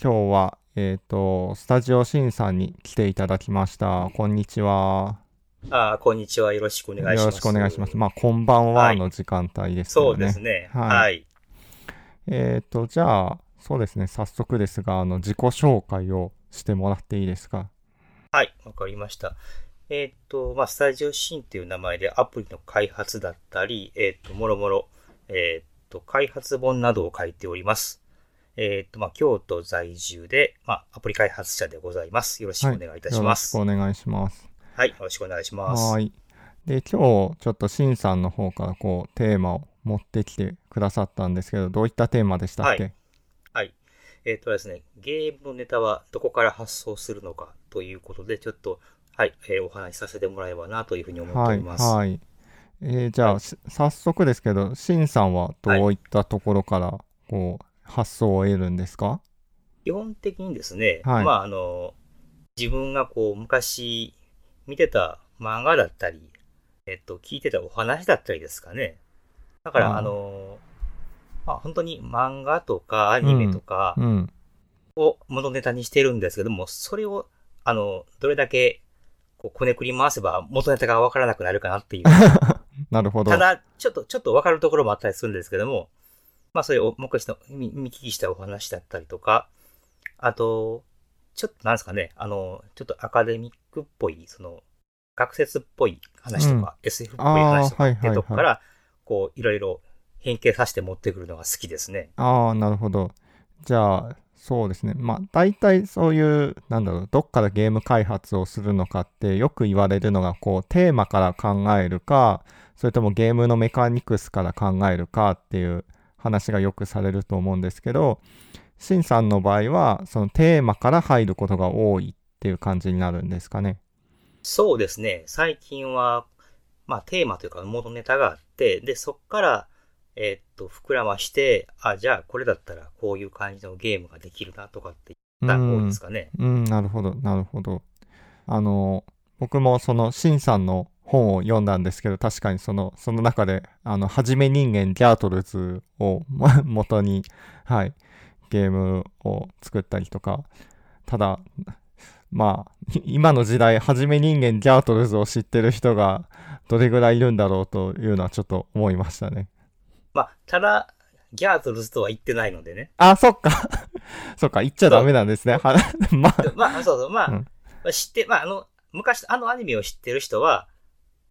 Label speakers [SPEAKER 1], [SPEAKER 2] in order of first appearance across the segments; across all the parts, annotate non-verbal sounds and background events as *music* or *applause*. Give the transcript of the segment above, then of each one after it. [SPEAKER 1] 今日は、えっ、と、スタジオシンさんに来ていただきました。こんにちは。
[SPEAKER 2] ああ、こんにちは。よろしくお願いします。
[SPEAKER 1] よろしくお願いします。まあ、こんばんはの時間帯です
[SPEAKER 2] そ
[SPEAKER 1] よね。
[SPEAKER 2] うですね。
[SPEAKER 1] はい
[SPEAKER 2] はい。
[SPEAKER 1] えっ、と、じゃあ、そうですね、早速ですが、あの、自己紹介をしてもらっていいですか。
[SPEAKER 2] はい。わかりました。えーっと、まあ、スタジオシーンっていう名前でアプリの開発だったり、えーっと、もろもろ、えーっと、開発本などを書いております。えーっと、まあ、京都在住で、まあ、アプリ開発者でございます。よろしくお願いいたします。
[SPEAKER 1] よ
[SPEAKER 2] は
[SPEAKER 1] ろしくお願いします。
[SPEAKER 2] い。よろしくお願いします。
[SPEAKER 1] は
[SPEAKER 2] はい。
[SPEAKER 1] ーい。で、今日、ちょっとシンさんの方から、こう、テーマを持ってきてくださったんですけど、どういったテーマでしたっけ、
[SPEAKER 2] はえーっとですね、ゲームのネタはどこから発想するのかということで、ちょっと、はい、えーお話しさせてもらえればなというふうに思っております。
[SPEAKER 1] はい、はい。えーじゃあ、
[SPEAKER 2] はい
[SPEAKER 1] し早速ですけど、シンさんはどういったところから、こう、発想を得るんですか
[SPEAKER 2] 基本的にですね、
[SPEAKER 1] はい
[SPEAKER 2] まああの、自分がこう昔見てた漫画だったり、えっと、聞いてたお話だったりですかね。だから、
[SPEAKER 1] あー
[SPEAKER 2] あの、まあ本当に漫画とかアニメとか
[SPEAKER 1] うん。
[SPEAKER 2] を元ネタにしてるんですけども、それを、あの、どれだけこうこねくり回せば元ネタがわからなくなるかなっていう。
[SPEAKER 1] なるほど。
[SPEAKER 2] ただ、ちょっと、ちょっとわかるところもあったりするんですけども、まあそういうお昔の見見聞きしたお話だったりとか、あと、ちょっとなんですかね、あの、ちょっとアカデミックっぽい、その、学説っぽい話とか、SF っぽい話と
[SPEAKER 1] あーは
[SPEAKER 2] か
[SPEAKER 1] い
[SPEAKER 2] ってとこか
[SPEAKER 1] はい
[SPEAKER 2] ら、こう、いろいろ変形させて持ってくるのが好きですね。
[SPEAKER 1] ああ、なるほど。じゃあ、そうですね。まあ、大体そういう、なんだろう、どっからゲーム開発をするのかってよく言われるのが、こう、テーマから考えるか、それともゲームのメカニクスから考えるかっていう話がよくされると思うんですけど、シンさんの場合は、そのテーマから入ることが多いっていう感じになるんですかね。
[SPEAKER 2] そうですね、最近は、まあテーマというか元ネタがあって、で、そっから、えーっと、膨らまして、あ、じゃあこれだったらこういう感じのゲームができるなとかって
[SPEAKER 1] う
[SPEAKER 2] が多い
[SPEAKER 1] ん
[SPEAKER 2] ですかね。
[SPEAKER 1] うん、なるほど、なるほど。あの、僕もその、シンさんの本を読んだんですけど、確かにその、その中で、あの、はじめ人間ギャートルズをま *laughs* 元に、はい、ゲームを作ったりとか、ただ、まあ、い今の時代、はじめ人間ギャートルズを知ってる人がどれぐらいいるんだろうというのはちょっと思いましたね。
[SPEAKER 2] まあ、ただ、ギャートルズとは言ってないの
[SPEAKER 1] *laughs*
[SPEAKER 2] でね。
[SPEAKER 1] あ、そっか。そっか、言っちゃダメなんですね。は *laughs* まあ、
[SPEAKER 2] まあ、そうそう、まあ、
[SPEAKER 1] うん
[SPEAKER 2] まあ知って、まあ、あの、昔、あのアニメを知ってる人は、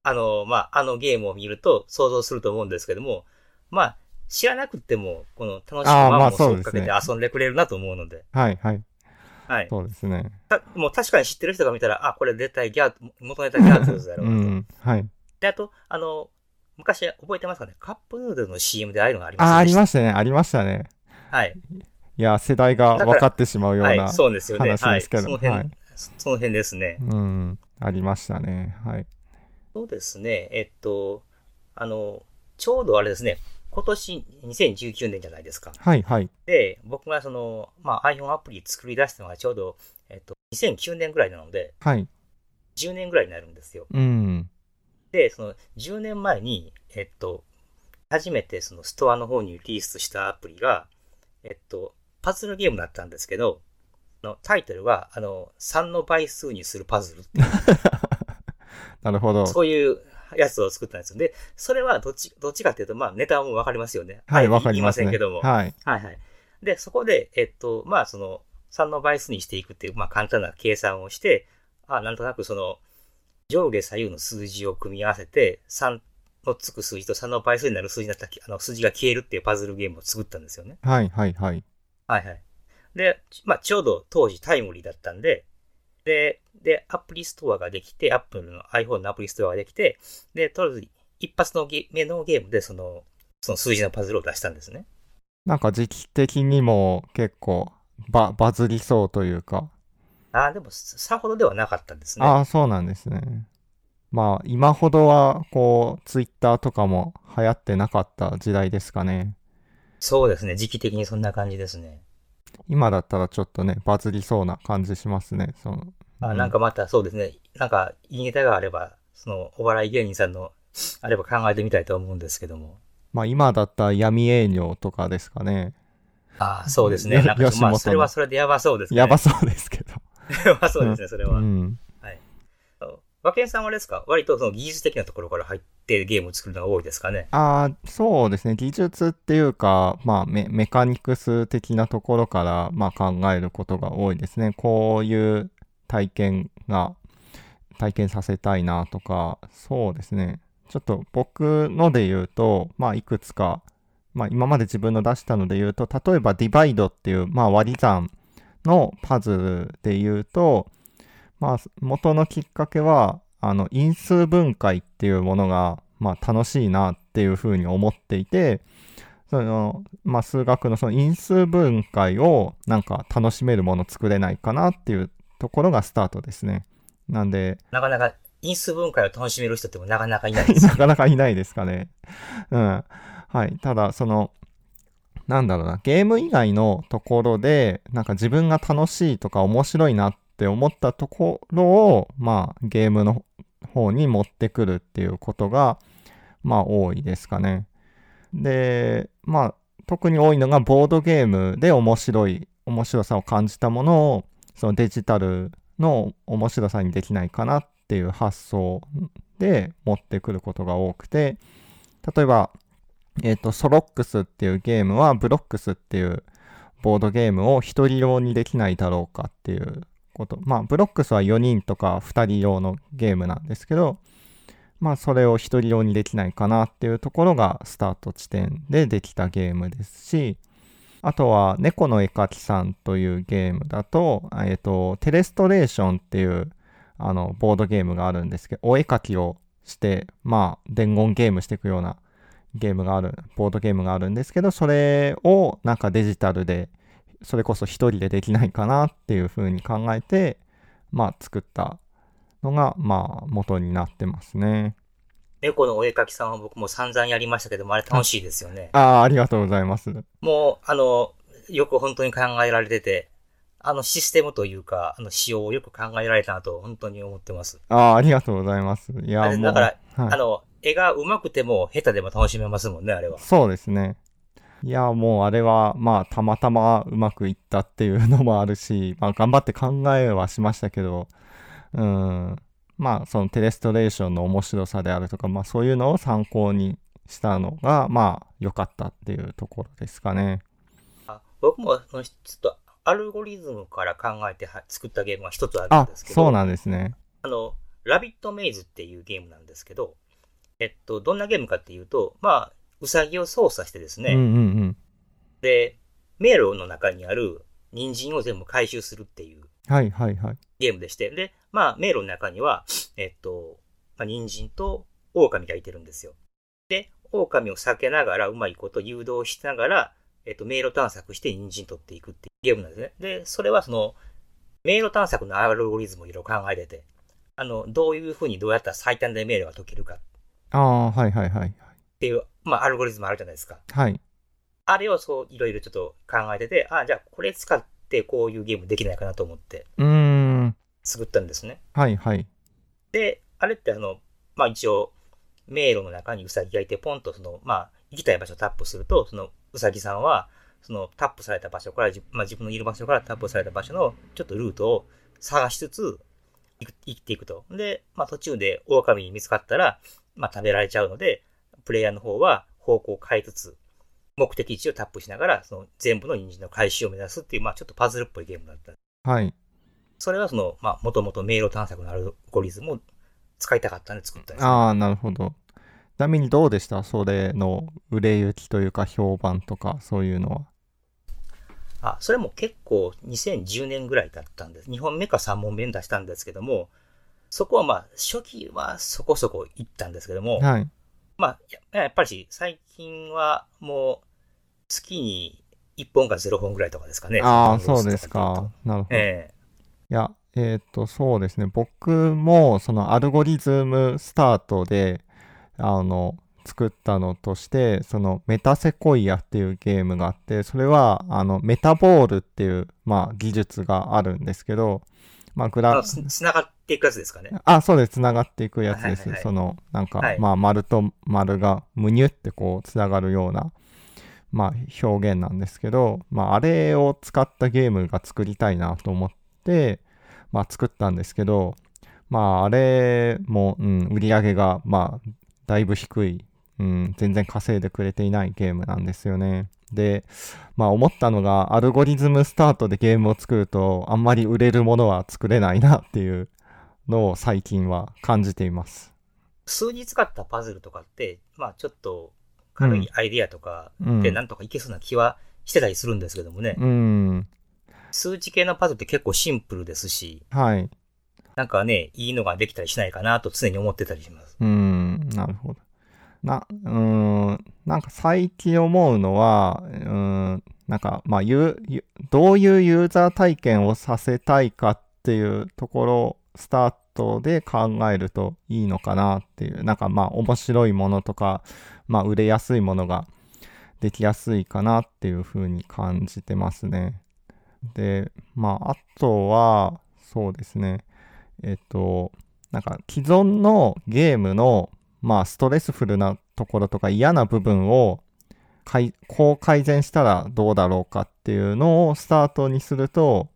[SPEAKER 2] あの、まあ、あのゲームを見ると想像すると思うんですけども、まあ、知らなくても、この楽しく
[SPEAKER 1] あーま
[SPEAKER 2] マ
[SPEAKER 1] あ
[SPEAKER 2] ンモスを
[SPEAKER 1] そうで
[SPEAKER 2] 追っ
[SPEAKER 1] す
[SPEAKER 2] か
[SPEAKER 1] ね
[SPEAKER 2] けて遊んでくれるなと思うので、
[SPEAKER 1] はい、はい、
[SPEAKER 2] はい。
[SPEAKER 1] そうですね。
[SPEAKER 2] たもう確かに知ってる人が見たら、あ、これ絶対ギャー、元ネタギャートルズだろう
[SPEAKER 1] う
[SPEAKER 2] なと。
[SPEAKER 1] ん、はい。
[SPEAKER 2] で、あと、あの、昔覚えてますかねカップヌードルの CM でああいうのがありました
[SPEAKER 1] あ、ありま
[SPEAKER 2] し
[SPEAKER 1] したね、ありましたね。
[SPEAKER 2] た。はい。
[SPEAKER 1] いや、世代が分かってしまうよう
[SPEAKER 2] は。
[SPEAKER 1] ない
[SPEAKER 2] そうですよね。
[SPEAKER 1] 話
[SPEAKER 2] は
[SPEAKER 1] で
[SPEAKER 2] い。
[SPEAKER 1] す
[SPEAKER 2] そ
[SPEAKER 1] けど、
[SPEAKER 2] の辺、
[SPEAKER 1] はい
[SPEAKER 2] その辺ですね。
[SPEAKER 1] うん、ありましたね。はい。
[SPEAKER 2] そうですね。えっと、あの、ちょうどあれですね、今年2019年じゃないですか。
[SPEAKER 1] はい、はい。
[SPEAKER 2] で、僕がその、まあ、iPhone アプリ作り出したのがちょうど、えっと、2009年ぐらいなので、
[SPEAKER 1] はい。
[SPEAKER 2] 10年ぐらいになるんですよ。
[SPEAKER 1] うん。
[SPEAKER 2] で、その、10年前に、えっと、初めてそのストアの方にリリースしたアプリが、えっと、パズルゲームだったんですけど、あのタイトルは、あの、3の倍数にするパズル
[SPEAKER 1] なるほど。
[SPEAKER 2] そういうやつを作ったんですよ。で、それはどっち、どっちかっていうと、まあ、ネタはもうわかりますよね。
[SPEAKER 1] はい、
[SPEAKER 2] あえて
[SPEAKER 1] わかりますね。
[SPEAKER 2] 言いませんけども。はい、
[SPEAKER 1] はい。
[SPEAKER 2] はい、で、そこで、えっと、まあ、その、3の倍数にしていくっていう、まあ、簡単な計算をして、あ、なんとなくその、上下左右の数字を組み合わせて、3のつく数字と3の倍数になる数字になった、あの、数字が消えるっていうパズルゲームを作ったんですよね。
[SPEAKER 1] はい、はい、はい。
[SPEAKER 2] はいはい。で、まあ、ちょうど当時タイムリーだったんで、で、で、アプリストアができて、アップルの iPhone のアプリストアができて、で、とりあえず一発のゲ目のゲームで、その、その数字のパズルを出したんですね。
[SPEAKER 1] なんか時期的にも結構ババズりそうというか。
[SPEAKER 2] ああ、でも、ささほどではなかったんですね。
[SPEAKER 1] ああ、そうなんですね。まあ、今ほどは、こう、ツイッターとかも流行ってなかった時代ですかね。
[SPEAKER 2] そうですね。時期的にそんな感じですね。
[SPEAKER 1] 今だったらちょっとね、バズりそうな感じしますね。その
[SPEAKER 2] あ
[SPEAKER 1] うん
[SPEAKER 2] なんかまた、そうですね。なんか、言いネタがあれば、その、お笑い芸人さんの、あれば考えてみたいと思うんですけども。
[SPEAKER 1] まあ今だったら闇営業とかですかね。
[SPEAKER 2] ああ、そうですね。なんか
[SPEAKER 1] 吉
[SPEAKER 2] ま
[SPEAKER 1] 本
[SPEAKER 2] あ、
[SPEAKER 1] の
[SPEAKER 2] それはそれでやばそうですね。
[SPEAKER 1] やばそうですけど。
[SPEAKER 2] *laughs* やばそうですね、それ
[SPEAKER 1] う
[SPEAKER 2] は。
[SPEAKER 1] ん。
[SPEAKER 2] 和健さんはあれですか割とその技術的なところから入ってゲームを作るのが多いですかね。
[SPEAKER 1] あーそうですね技術っていうか、まあ、メメカニクス的なところから、まあ、考えることが多いですねこういう体験が体験させたいなとかそうですねちょっと僕ので言うと、まあ、いくつか、まあ、今まで自分の出したので言うと例えばディバイドっていう、まあ、割り算のパズルで言うと、まあ、元のきっかけはあの因数分解っていうものが、まあ、楽しいなっていうふうに思っていてその、まあ、数学のその因数分解をなんか楽しめるもの作れないかなっていうところがスタートですね。なんで
[SPEAKER 2] なかなか因数分解を楽しめる人ってもなかなかいないで
[SPEAKER 1] *laughs*
[SPEAKER 2] す。
[SPEAKER 1] なかなかいないですかね。うん。はい。ただ、その、なんだろうな、ゲーム以外のところで、なんか自分が楽しいとか面白いなって思ったところを、まあ、ゲームの方に持ってくるっていうことが、まあ、多いですかね。で、まあ、特に多いのがボードゲームで面白い、面白さを感じたものを、そのデジタルの面白さにできないかなっていう発想で持ってくることが多くて例えば、えーとソロックスっていうゲームはブロックスっていうボードゲームを一人用にできないだろうかっていうことまあブロックスは4人とか2人用のゲームなんですけどまあそれを一人用にできないかなっていうところがスタート地点でできたゲームですしあとは「猫の絵描きさん」というゲームだと,、えー、とテレストレーションっていうあのボードゲームがあるんですけどお絵描きをしてまあ伝言ゲームしていくようなゲームがあるボードゲームがあるんですけどそれをなんかデジタルでそれこそ一人でできないかなっていう風に考えてまあ作ったのがまあ元になってますね
[SPEAKER 2] 猫のお絵描きさんは僕も散々やりましたけども、あれ楽しいですよね。
[SPEAKER 1] ああありがとうございます
[SPEAKER 2] もう、あの、よく本当に考えられてて、あのシステムというか、あの仕様をよく考えられたなと本当に思ってます。
[SPEAKER 1] ああありがとうございますいや
[SPEAKER 2] あ
[SPEAKER 1] も
[SPEAKER 2] れ
[SPEAKER 1] う
[SPEAKER 2] だから、
[SPEAKER 1] はい
[SPEAKER 2] あの、絵が上手くても下手でも楽しめますもんね、あれは。
[SPEAKER 1] そうですね。いや、もうあれは、まあ、たまたまうまくいったっていうのもあるし、 *laughs* まあ、頑張って考えはしましたけど、うん、まあ、そのテレストレーションの面白さであるとか、まあ、そういうのを参考にしたのが、まあ、良かったっていうところですかね。
[SPEAKER 2] あ僕も、あのちょっと、アルゴリズムから考えては作ったゲームが一つあるん
[SPEAKER 1] あ、
[SPEAKER 2] ですけど、
[SPEAKER 1] そうなんですね。
[SPEAKER 2] あの、ラビットメイズっていうゲームなんですけど、えっと、どんなゲームかっていうと、まあ、ウサギを操作してですね、
[SPEAKER 1] うんうんうん。
[SPEAKER 2] で、迷路の中にある人参を全部回収するっていう
[SPEAKER 1] はいはいはい。
[SPEAKER 2] ゲームでして、で、まあ、迷路の中には、えっと、まあ、人参と狼がいてるんですよ。で、狼を避けながら、うまいこと誘導しながら、えっと、迷路探索して人参取っていくっていうゲームなんですね。で、それはその、迷路探索のアルゴリズムをいろいろ考えてて、あの、どういうふうにどうやったら最短で迷路が解けるかっ
[SPEAKER 1] ああ、はいはいはい。
[SPEAKER 2] ていう、まあ、アルゴリズムあるじゃないですか。
[SPEAKER 1] はい。
[SPEAKER 2] あれをそう、いろいろちょっと考えてて、あ、じゃあこれ使ってこういうゲームできないかなと思って
[SPEAKER 1] うーん。
[SPEAKER 2] 作ったんですね。
[SPEAKER 1] はいはい。
[SPEAKER 2] で、あれってあの、まあ一応、迷路の中にウサギがいて、ポンとその、まあ、行きたい場所をタップすると、そのウサギさんは、そのタップされた場所から、じまあ自分のいる場所からタップされた場所のちょっとルートを探しつつ、いく生きていくと。で、まあ途中で狼に見つかったら、まあ食べられちゃうので、プレイヤーの方は方向を変えつつ、目的地をタップしながら、その全部の人参の回収を目指すっていう、まあちょっとパズルっぽいゲームだった。
[SPEAKER 1] はい。
[SPEAKER 2] それはその、まあ、もともと迷路探索のアルゴリズムを使いたかったんで作ったんですね、
[SPEAKER 1] ああ、なるほど。ちなみにどうでしたそれの売れ行きというか評判とかそういうのは。
[SPEAKER 2] あそれも結構2010年ぐらいだったんです。2本目か3本目に出したんですけども、そこはまあ、初期はそこそこいったんですけども、
[SPEAKER 1] はい。
[SPEAKER 2] まあ、ややっぱりし最近はもう、月に1本か0本ぐらいとかですかね。
[SPEAKER 1] ああ、
[SPEAKER 2] ダウンロー
[SPEAKER 1] そう
[SPEAKER 2] ド
[SPEAKER 1] で
[SPEAKER 2] し
[SPEAKER 1] す
[SPEAKER 2] たかっていう
[SPEAKER 1] か
[SPEAKER 2] と。。
[SPEAKER 1] なるほど。い
[SPEAKER 2] ええ
[SPEAKER 1] や、えーっと、そうですね。僕もそのアルゴリズムスタートで、あの、作ったのとして、そのメタセコイアっていうゲームがあって、それはあのメタボールっていう、まあ、技術があるんですけど、まあ、グ
[SPEAKER 2] あ
[SPEAKER 1] ラ
[SPEAKER 2] のつ、つながっていくやつですかね。
[SPEAKER 1] あ、そうです。つながっていくやつで
[SPEAKER 2] はいはい
[SPEAKER 1] す
[SPEAKER 2] は。い
[SPEAKER 1] その、なんか、
[SPEAKER 2] はい
[SPEAKER 1] まあ、丸と丸がむにゅってこう、つながるようなまあ、表現なんですけど、まあ、あれを使ったゲームが作りたいなと思って、まあ、作ったんですけど、まあ、あれも、うん、売り上げが、まあ、だいぶ低い、うん、全然稼いでくれていないゲームなんですよね。で、まあ、思ったのが、アルゴリズムスタートでゲームを作ると、あんまり売れるものは作れないなっていうのを最近は感じています。
[SPEAKER 2] 数字使ったパズルとかって、まあ、ちょっと軽いアイデアとかでなんとかいけそうな気はしてたりするんですけどもね。
[SPEAKER 1] うん、
[SPEAKER 2] 数値系のパズルって結構シンプルですし、
[SPEAKER 1] はい。
[SPEAKER 2] なんかね、いいのができたりしないかなと常に思ってたりします。
[SPEAKER 1] うん、なるほど。な、うん、なんか最近思うのは、うん、なんか、まあ、どういうユーザー体験をさせたいかっていうところ、スタートで考えるといいのかなっていう、なんかまあ、面白いものとか、まあ、売れやすいものができやすいかなっていうふうに感じてますね。で、まあ、あとは、そうですね。えっと、なんか既存のゲームの、まあ、ストレスフルなところとか嫌な部分をこう改善したらどうだろうかっていうのをスタートにすると、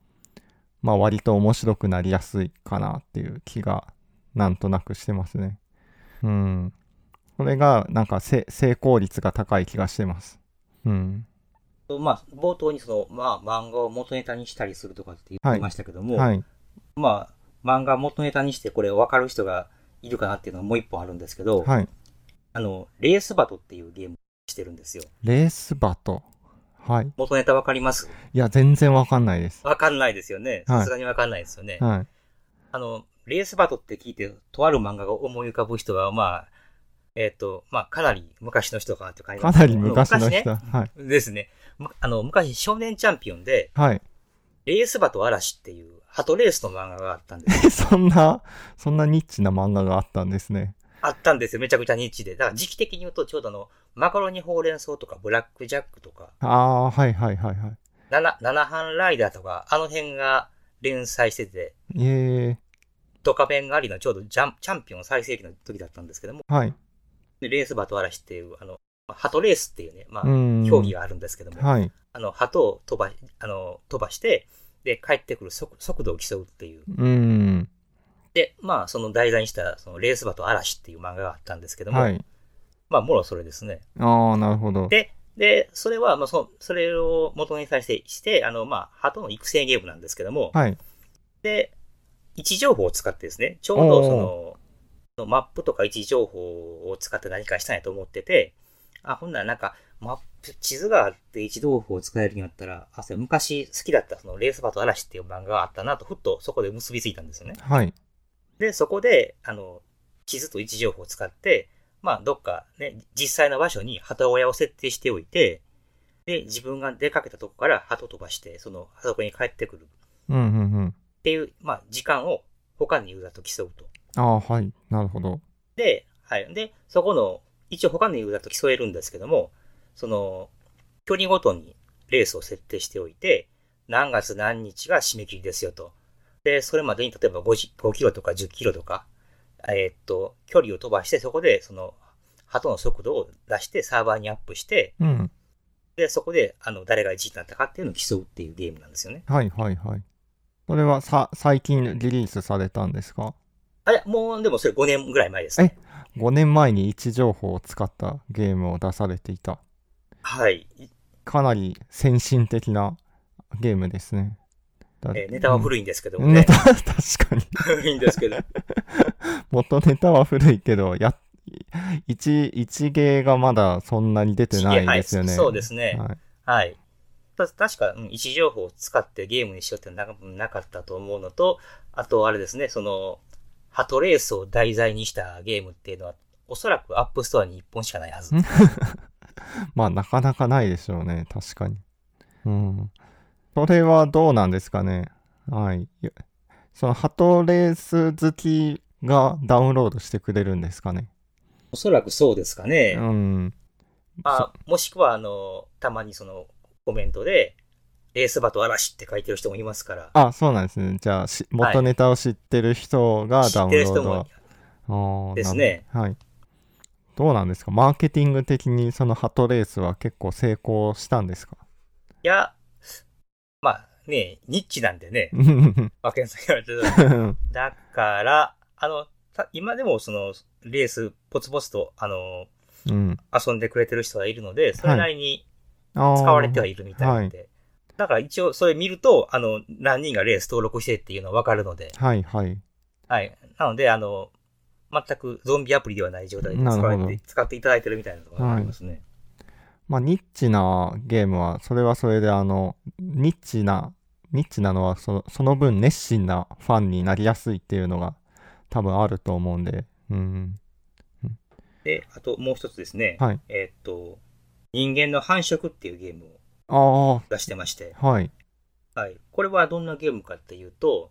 [SPEAKER 1] まあ、割と面白くなりやすいかなっていう気がなんとなくしてますね。うん。それがなんか成功率が高い気がしてます。うん。
[SPEAKER 2] まあ、冒頭にその、まあ、漫画を元ネタにしたりするとかって言ってましたけども、
[SPEAKER 1] はいはい、
[SPEAKER 2] まあ、漫画元ネタにしてこれ分かる人がいるかなっていうのはもう一本あるんですけど、
[SPEAKER 1] はい、
[SPEAKER 2] あの、レースバトっていうゲームしてるんですよ。
[SPEAKER 1] レースバトはい。
[SPEAKER 2] 元ネタ分かります
[SPEAKER 1] いや、全然分かんないです。
[SPEAKER 2] 分かんないですよね。さすがに分かんないですよね。
[SPEAKER 1] はい。
[SPEAKER 2] あの、レースバトって聞いて、とある漫画が思い浮かぶ人が、まあ、えっ、ー、と、まあ、かなり昔の人かって感じ
[SPEAKER 1] かなり昔の人。ね、はい。
[SPEAKER 2] ですね。あの、昔少年チャンピオンで、
[SPEAKER 1] はい。。
[SPEAKER 2] レースバト嵐っていう、ハトレースの漫画があったんです
[SPEAKER 1] *laughs* そんな、そんなニッチな漫画があったんですね。
[SPEAKER 2] あったんですよ。めちゃくちゃニッチで。だから時期的に言うと、ちょうどあの、マカロニほうれん草とか、ブラックジャックとか。
[SPEAKER 1] ああ、はいはいはいはい。
[SPEAKER 2] 七、七班ライダーとか、あの辺が連載してて。
[SPEAKER 1] ええー。
[SPEAKER 2] ドカベンがありのちょうどジャンチャンピオン最盛期の時だったんですけども。
[SPEAKER 1] はい。
[SPEAKER 2] で、レースバト嵐っていう、あの、ハトレースっていうね、まあ、競技があるんですけども。
[SPEAKER 1] はい。
[SPEAKER 2] あの、鳩を飛ば、あの、飛ばして、で、帰ってくる速度を競うっていう。
[SPEAKER 1] うん。
[SPEAKER 2] で、まあ、その題材にした、その、レースバト嵐っていう漫画があったんですけども、
[SPEAKER 1] はい、
[SPEAKER 2] まあ、もろそれですね。
[SPEAKER 1] ああ、なるほど。
[SPEAKER 2] で、で、それは、まあ、そ、それを元に再生して、あの、まあ、鳩の育成ゲームなんですけども、
[SPEAKER 1] はい。
[SPEAKER 2] で、位置情報を使ってですね、ちょうどその、マップとか位置情報を使って何かしたいなと思ってて、あ、ほんならなんか、マップ、地図があって一道符を使えるようになったら、あ、それ昔好きだったそのレースバト嵐っていう漫画があったなと、ふっとそこで結びついたんですよね。
[SPEAKER 1] はい。
[SPEAKER 2] で、そこで、あの、地図と位置情報を使って、まあ、どっかね、実際の場所に旗親を設定しておいて、で、自分が出かけたとこから鳩飛ばして、その、あそこに帰ってくる。
[SPEAKER 1] うんうんうん。って
[SPEAKER 2] いう、まあ、時間を他にユーザーと競うと。
[SPEAKER 1] ああ、はい。なるほど。
[SPEAKER 2] で、はい。で、そこの一応他のユーザーと競えるんですけども、その、距離ごとにレースを設定しておいて、何月何日が締め切りですよと。で、それまでに例えば 5, 5キロとか10キロとか、えー、っと、距離を飛ばして、そこでその、鳩の速度を出してサーバーにアップして、
[SPEAKER 1] うん、
[SPEAKER 2] で、そこで、あの、誰が1位になったかっていうのを競うっていうゲームなんですよね。
[SPEAKER 1] はいはいはい。それはさ、最近リリースされたんですか
[SPEAKER 2] あれ、もうでもそれ5年ぐらい前ですね。
[SPEAKER 1] 5年前に位置情報を使ったゲームを出されていた。
[SPEAKER 2] はい。
[SPEAKER 1] かなり先進的なゲームですね。
[SPEAKER 2] えー、ネタは古いんですけどもね。
[SPEAKER 1] ネタ、確かに。
[SPEAKER 2] *laughs* 古いんですけど。
[SPEAKER 1] 元ネタは古いけど、や、一、一芸がまだそんなに出てないですよね。はい、
[SPEAKER 2] そうですね。はい。はい、確か、うん、位置情報を使ってゲームにしようってななかったと思うのと、あと、あれですね、その、ハトレースを題材にしたゲームっていうのは、おそらくアップストアに1本しかないはず。
[SPEAKER 1] まあ、なかなかないでしょうね、確かに。うん。それはどうなんですかね。はい。その、ハトレース好きがダウンロードしてくれるんですかね。
[SPEAKER 2] おそらくそうですかね。
[SPEAKER 1] うん。
[SPEAKER 2] まあ、もしくは、あの、たまにその、コメントで、レースバト嵐って書いてる人もいますから。
[SPEAKER 1] あ、そうなんですね。じゃあ、元ネタを知ってる人がダウンロード。はい、
[SPEAKER 2] 知ってる人も。ですね。
[SPEAKER 1] はい。どうなんですかマーケティング的にそのハトレースは結構成功したんですか *laughs*
[SPEAKER 2] いや、まあね、ニッチなんでね、馬券さん言われてる。だから、あの、た今でもその、レース、ポツポツと、あの、
[SPEAKER 1] うん。
[SPEAKER 2] 遊んでくれてる人がいるので、それなりに
[SPEAKER 1] 使
[SPEAKER 2] 使われてはいいるみたいなんで。だから一応それ見ると、あの、何人がレース登録してっていうのはわかるので、
[SPEAKER 1] はいはい。
[SPEAKER 2] はい。なので、あの、全くゾンビアプリではない状態で使われ
[SPEAKER 1] なる
[SPEAKER 2] て
[SPEAKER 1] ほ、
[SPEAKER 2] 使っていただいてるみたいなところがありますね。
[SPEAKER 1] まあ、ニッチなゲームは、それはそれで、あの、ニッチな、ニッチなのはその、その分熱心なファンになりやすいっていうのが多分あると思うんで、うん。
[SPEAKER 2] で、あともう一つですね、
[SPEAKER 1] はい
[SPEAKER 2] えーっと、人間の繁殖っていうゲームを
[SPEAKER 1] あ
[SPEAKER 2] 出してまして、
[SPEAKER 1] あ、はい。
[SPEAKER 2] はい。これはどんなゲームかっていうと、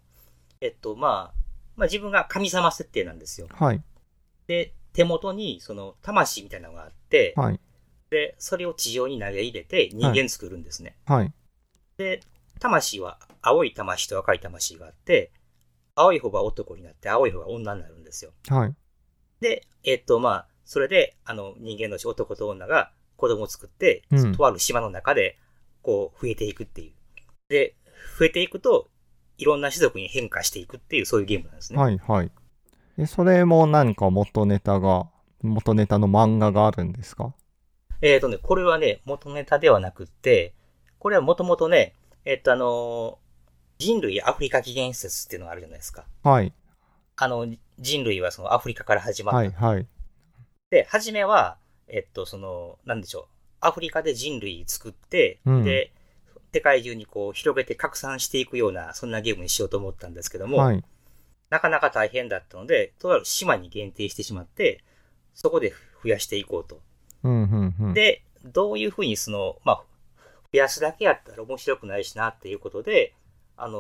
[SPEAKER 2] えっと、まあ、まあ自分が神様設定なんですよ。
[SPEAKER 1] はい。
[SPEAKER 2] で、手元にその魂みたいなのがあって、
[SPEAKER 1] はい。
[SPEAKER 2] で、それを地上に投げ入れて人間作るんですね。
[SPEAKER 1] はい。
[SPEAKER 2] で、魂は青い魂と赤い魂があって、青い方が男になって青い方が女になるんですよ。
[SPEAKER 1] はい。
[SPEAKER 2] で、えっと、まあ、それで、あの、人間のうち男と女が子供を作って、
[SPEAKER 1] うん
[SPEAKER 2] とある島の中で、こう、増えていくっていう。で、増えていくと、いろんな種族に変化していくっていう、そういうゲームなんですね。
[SPEAKER 1] はい。はい。え、それも何か元ネタが、元ネタの漫画があるんですか
[SPEAKER 2] えっとね、これはね、元ネタではなくって、これはもともとね、えっと、あのー人類アフリカ起源説っていうのがあるじゃないですか。
[SPEAKER 1] はい。
[SPEAKER 2] あの、人類はそのアフリカから始まった。
[SPEAKER 1] はい。はい。
[SPEAKER 2] で、初めは、えっと、その、なんでしょう。アフリカで人類作って、
[SPEAKER 1] うん
[SPEAKER 2] で、世界中にこう広げて拡散していくような、そんなゲームにしようと思ったんですけども、
[SPEAKER 1] はい。
[SPEAKER 2] なかなか大変だったので、とある島に限定してしまって、そこで増やしていこうと。
[SPEAKER 1] うん、うん、うん。
[SPEAKER 2] で、どういうふうにその、まあ、増やすだけやったら面白くないしなっていうことで、あの、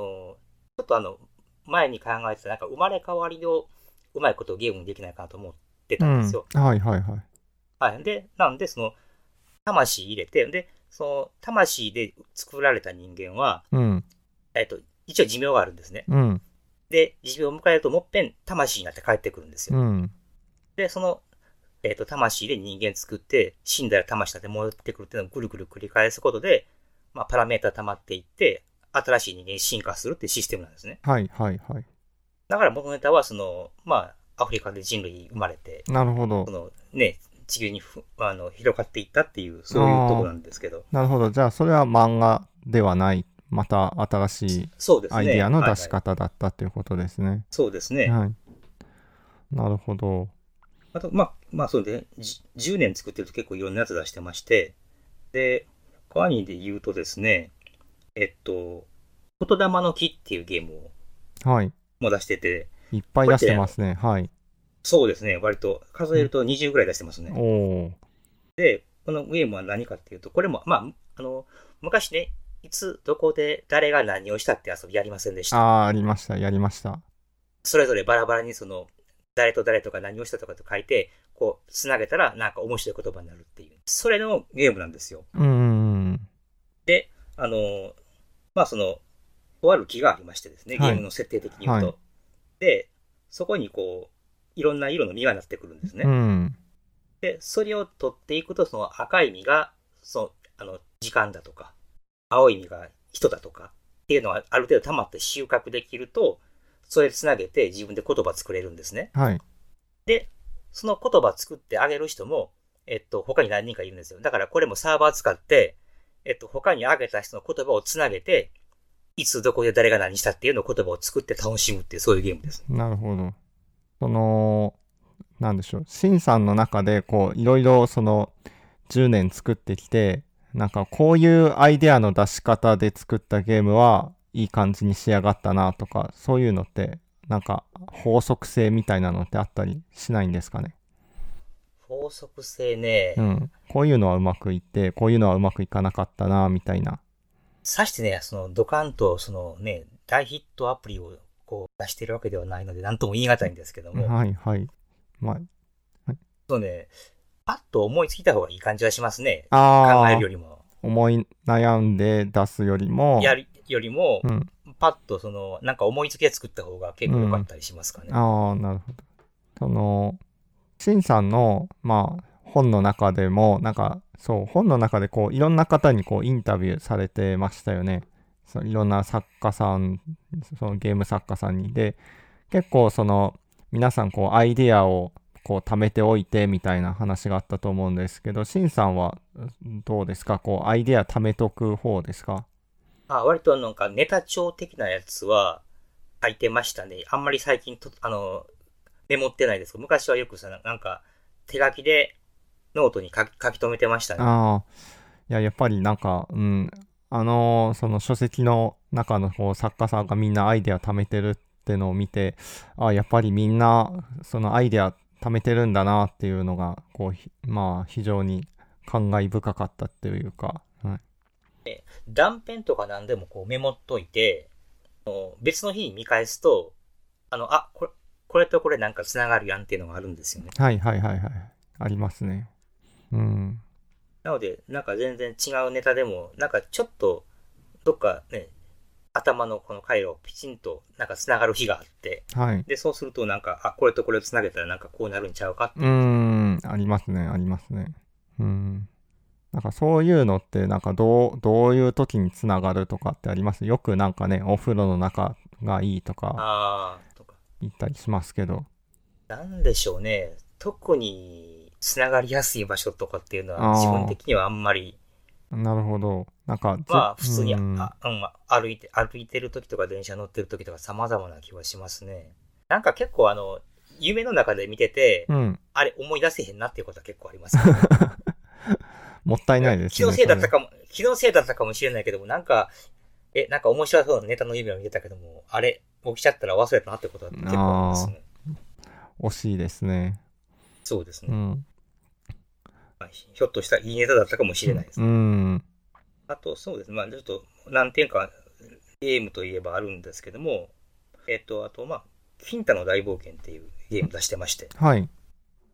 [SPEAKER 2] ちょっとあの、前に考えてたなんか生まれ変わりのうまいことをゲームにできないかなと思って
[SPEAKER 1] う
[SPEAKER 2] たん
[SPEAKER 1] ん。
[SPEAKER 2] ですよ。
[SPEAKER 1] はい、はい、はい。
[SPEAKER 2] はい。で、なんで、その、魂入れて、で、その、魂で作られた人間は、
[SPEAKER 1] うん。
[SPEAKER 2] えっと、一応寿命があるんですね。
[SPEAKER 1] うん。
[SPEAKER 2] で、寿命を迎えると、もっぺん魂になって帰ってくるんです
[SPEAKER 1] う
[SPEAKER 2] よ。
[SPEAKER 1] ん。
[SPEAKER 2] で、その、えっと、魂で人間作って、死んだら魂だって戻ってくるっていうのをぐるぐる繰り返すことで、まあ、パラメータ溜まっていって、新しい人間に進化するっていうシステムなんですね。
[SPEAKER 1] はい、はい、はい。
[SPEAKER 2] だから元ネタは、その、まあ、アフリカで人類生まれて、
[SPEAKER 1] なるほど
[SPEAKER 2] そ。の、ね、地球にふあの広がっていったっていう、そういうとこなんですけど。
[SPEAKER 1] なるほど。じゃあ、それは漫画ではない、また新しい
[SPEAKER 2] そうですね。
[SPEAKER 1] アイディアの出し
[SPEAKER 2] はいはい
[SPEAKER 1] 方だったということですね。
[SPEAKER 2] そうです
[SPEAKER 1] は
[SPEAKER 2] ね。
[SPEAKER 1] い。なるほど。
[SPEAKER 2] あと、まあ、まあ、そうで、じ10年作ってると結構いろんなやつ出してまして、で、他にで言うとですね、えっと、言霊の木っていうゲームを
[SPEAKER 1] はい。
[SPEAKER 2] もう出してて、
[SPEAKER 1] いっぱい出してますね。はい。
[SPEAKER 2] そうですね、割と数えると20ぐらい出してますね。
[SPEAKER 1] おお
[SPEAKER 2] で、このゲームは何かっていうと、これも、まあ、あの、昔ね、いつ、どこで、誰が何をしたって遊びやりませんでし
[SPEAKER 1] ー。
[SPEAKER 2] た。
[SPEAKER 1] ああー、ありました。やりました。
[SPEAKER 2] それぞれバラバラにその、誰と誰とか何をしたとかと書いて、こう、つなげたらなんか面白い言葉になるっていう。それのゲームなんですよ。
[SPEAKER 1] うーん。
[SPEAKER 2] あの、まあその、とある木がありましてですね、ゲ
[SPEAKER 1] はい
[SPEAKER 2] ームの設定的に言うと。
[SPEAKER 1] はい
[SPEAKER 2] で、そこにこう、いろんな色の実がなってくるんですね。
[SPEAKER 1] うん。
[SPEAKER 2] で、それを取っていくと、その赤い実が、その、あの、時間だとか、青い実が人だとか、っていうのがある程度溜まって収穫できると、それつなげて自分で言葉作れるんですね。
[SPEAKER 1] はい。
[SPEAKER 2] その言葉作ってあげる人も、えっと、他に何人かいるんですよ。だからこれもサーバー使って、えっと、他にあげた人の言葉をつなげて、いつどこで誰が何したっていうのを言葉を作って楽しむっていう、そういうゲームです。
[SPEAKER 1] なるほど。その、なんでしょう。シンさんの中で、こう、いろいろその、10年作ってきて、なんかこういうアイデアの出し方で作ったゲームはいい感じに仕上がったなとか、そういうのって、なんか法則性みたいなのってあったりしないんですかね。
[SPEAKER 2] 法則性ね、
[SPEAKER 1] うん。こういうのはうまくいって、こういうのはうまくいかなかったなみたいな。
[SPEAKER 2] さしてね、そのドカンと、そのね、大ヒットアプリをこう出してるわけではないので、なんとも言い難いんですけども、
[SPEAKER 1] はいはい。ま
[SPEAKER 2] そうね、パッと思いつきた方がいい感じはしますね。
[SPEAKER 1] あ、
[SPEAKER 2] 考
[SPEAKER 1] あ
[SPEAKER 2] える
[SPEAKER 1] ー
[SPEAKER 2] よりも。
[SPEAKER 1] 思い悩んで出すよりも、
[SPEAKER 2] やるよりも、
[SPEAKER 1] うん。
[SPEAKER 2] パッとその、なんか思いつきで作った方が結構良かったりしますかね。
[SPEAKER 1] ああ、なるほど。その、シンさんの、まあ、本の中でも、なんか、そう、本の中でこう、いろんな方にこう、インタビューされてましたよね。そういろんな作家さん、そのゲーム作家さんに。で、結構その、皆さんこう、アイデアをこう、貯めておいてみたいな話があったと思うんですけど、シンさんはうんどうですかこう、アイデア貯めとく方ですか
[SPEAKER 2] あ割となんかネタ帳的なやつは書いてましたね。あんまり最近と、あの、メモってないですけど、昔はよくさ、なんか手書きでノートに書き書き留めてましたね。
[SPEAKER 1] ああ、いや、やっぱりなんか、うん、あのーその書籍の中のこう作家さんがみんなアイデア貯めてるってのを見て、あやっぱりみんなそのアイデア貯めてるんだなっていうのが、こう、ひまあ、非常に感慨深かったっていうか、はい、
[SPEAKER 2] 断片とか何でもこうメモっといて、あの別の日に見返すと、あの、あ、これ、これとこれなんか繋がるやんっていうのがあるんですよね。
[SPEAKER 1] はいはいはいはい、ありますね。うん、
[SPEAKER 2] なので、なんか全然違うネタでも、なんかちょっと、どっかね、頭のこの回路をピチンとなんか繋がる日があって、
[SPEAKER 1] はい。
[SPEAKER 2] で、そうするとなんか、あ、これとこれを繋げたらなんかこうなるんちゃうかって
[SPEAKER 1] うーん、ありますね、ありますね。うん。なんかそういうのって、なんかどう、どういう時につながるとかってありますよくなんかね、お風呂の中がいいとか
[SPEAKER 2] ああ、とか。
[SPEAKER 1] 言ったりしますけど。
[SPEAKER 2] なんでしょうね。特に繋がりやすい場所とかっていうの
[SPEAKER 1] あ
[SPEAKER 2] は
[SPEAKER 1] ー
[SPEAKER 2] 自分的にはあんまり、
[SPEAKER 1] なるほど。なんか、ず
[SPEAKER 2] まあ普通にあ、
[SPEAKER 1] うん
[SPEAKER 2] あうん、歩いて、歩いてる時とか電車乗ってる時とか様々な気はしますね。なんか結構あの、夢の中で見てて、
[SPEAKER 1] うん。
[SPEAKER 2] あれ思い出せへんなっていうことは結構あり
[SPEAKER 1] *laughs*
[SPEAKER 2] ます、ね。
[SPEAKER 1] もったいないですね。
[SPEAKER 2] 気のせいだった
[SPEAKER 1] それ
[SPEAKER 2] かも、気のせいだったかもしれないけども、なんか、え、なんか面白そうなネタの夢を見てたけども、あれ、起きちゃったら忘れたなってことは結構ありますね。
[SPEAKER 1] 惜しいですね。
[SPEAKER 2] そうです
[SPEAKER 1] う
[SPEAKER 2] ね、
[SPEAKER 1] ん。
[SPEAKER 2] まあひょっとしたらいいネタだったかもしれないですね
[SPEAKER 1] うん。
[SPEAKER 2] あと、そうですね。まあ、ちょっと、何点か、ゲームといえばあるんですけども、えっと、あと、まあ、金太の大冒険っていうゲーム出してまして、
[SPEAKER 1] はい。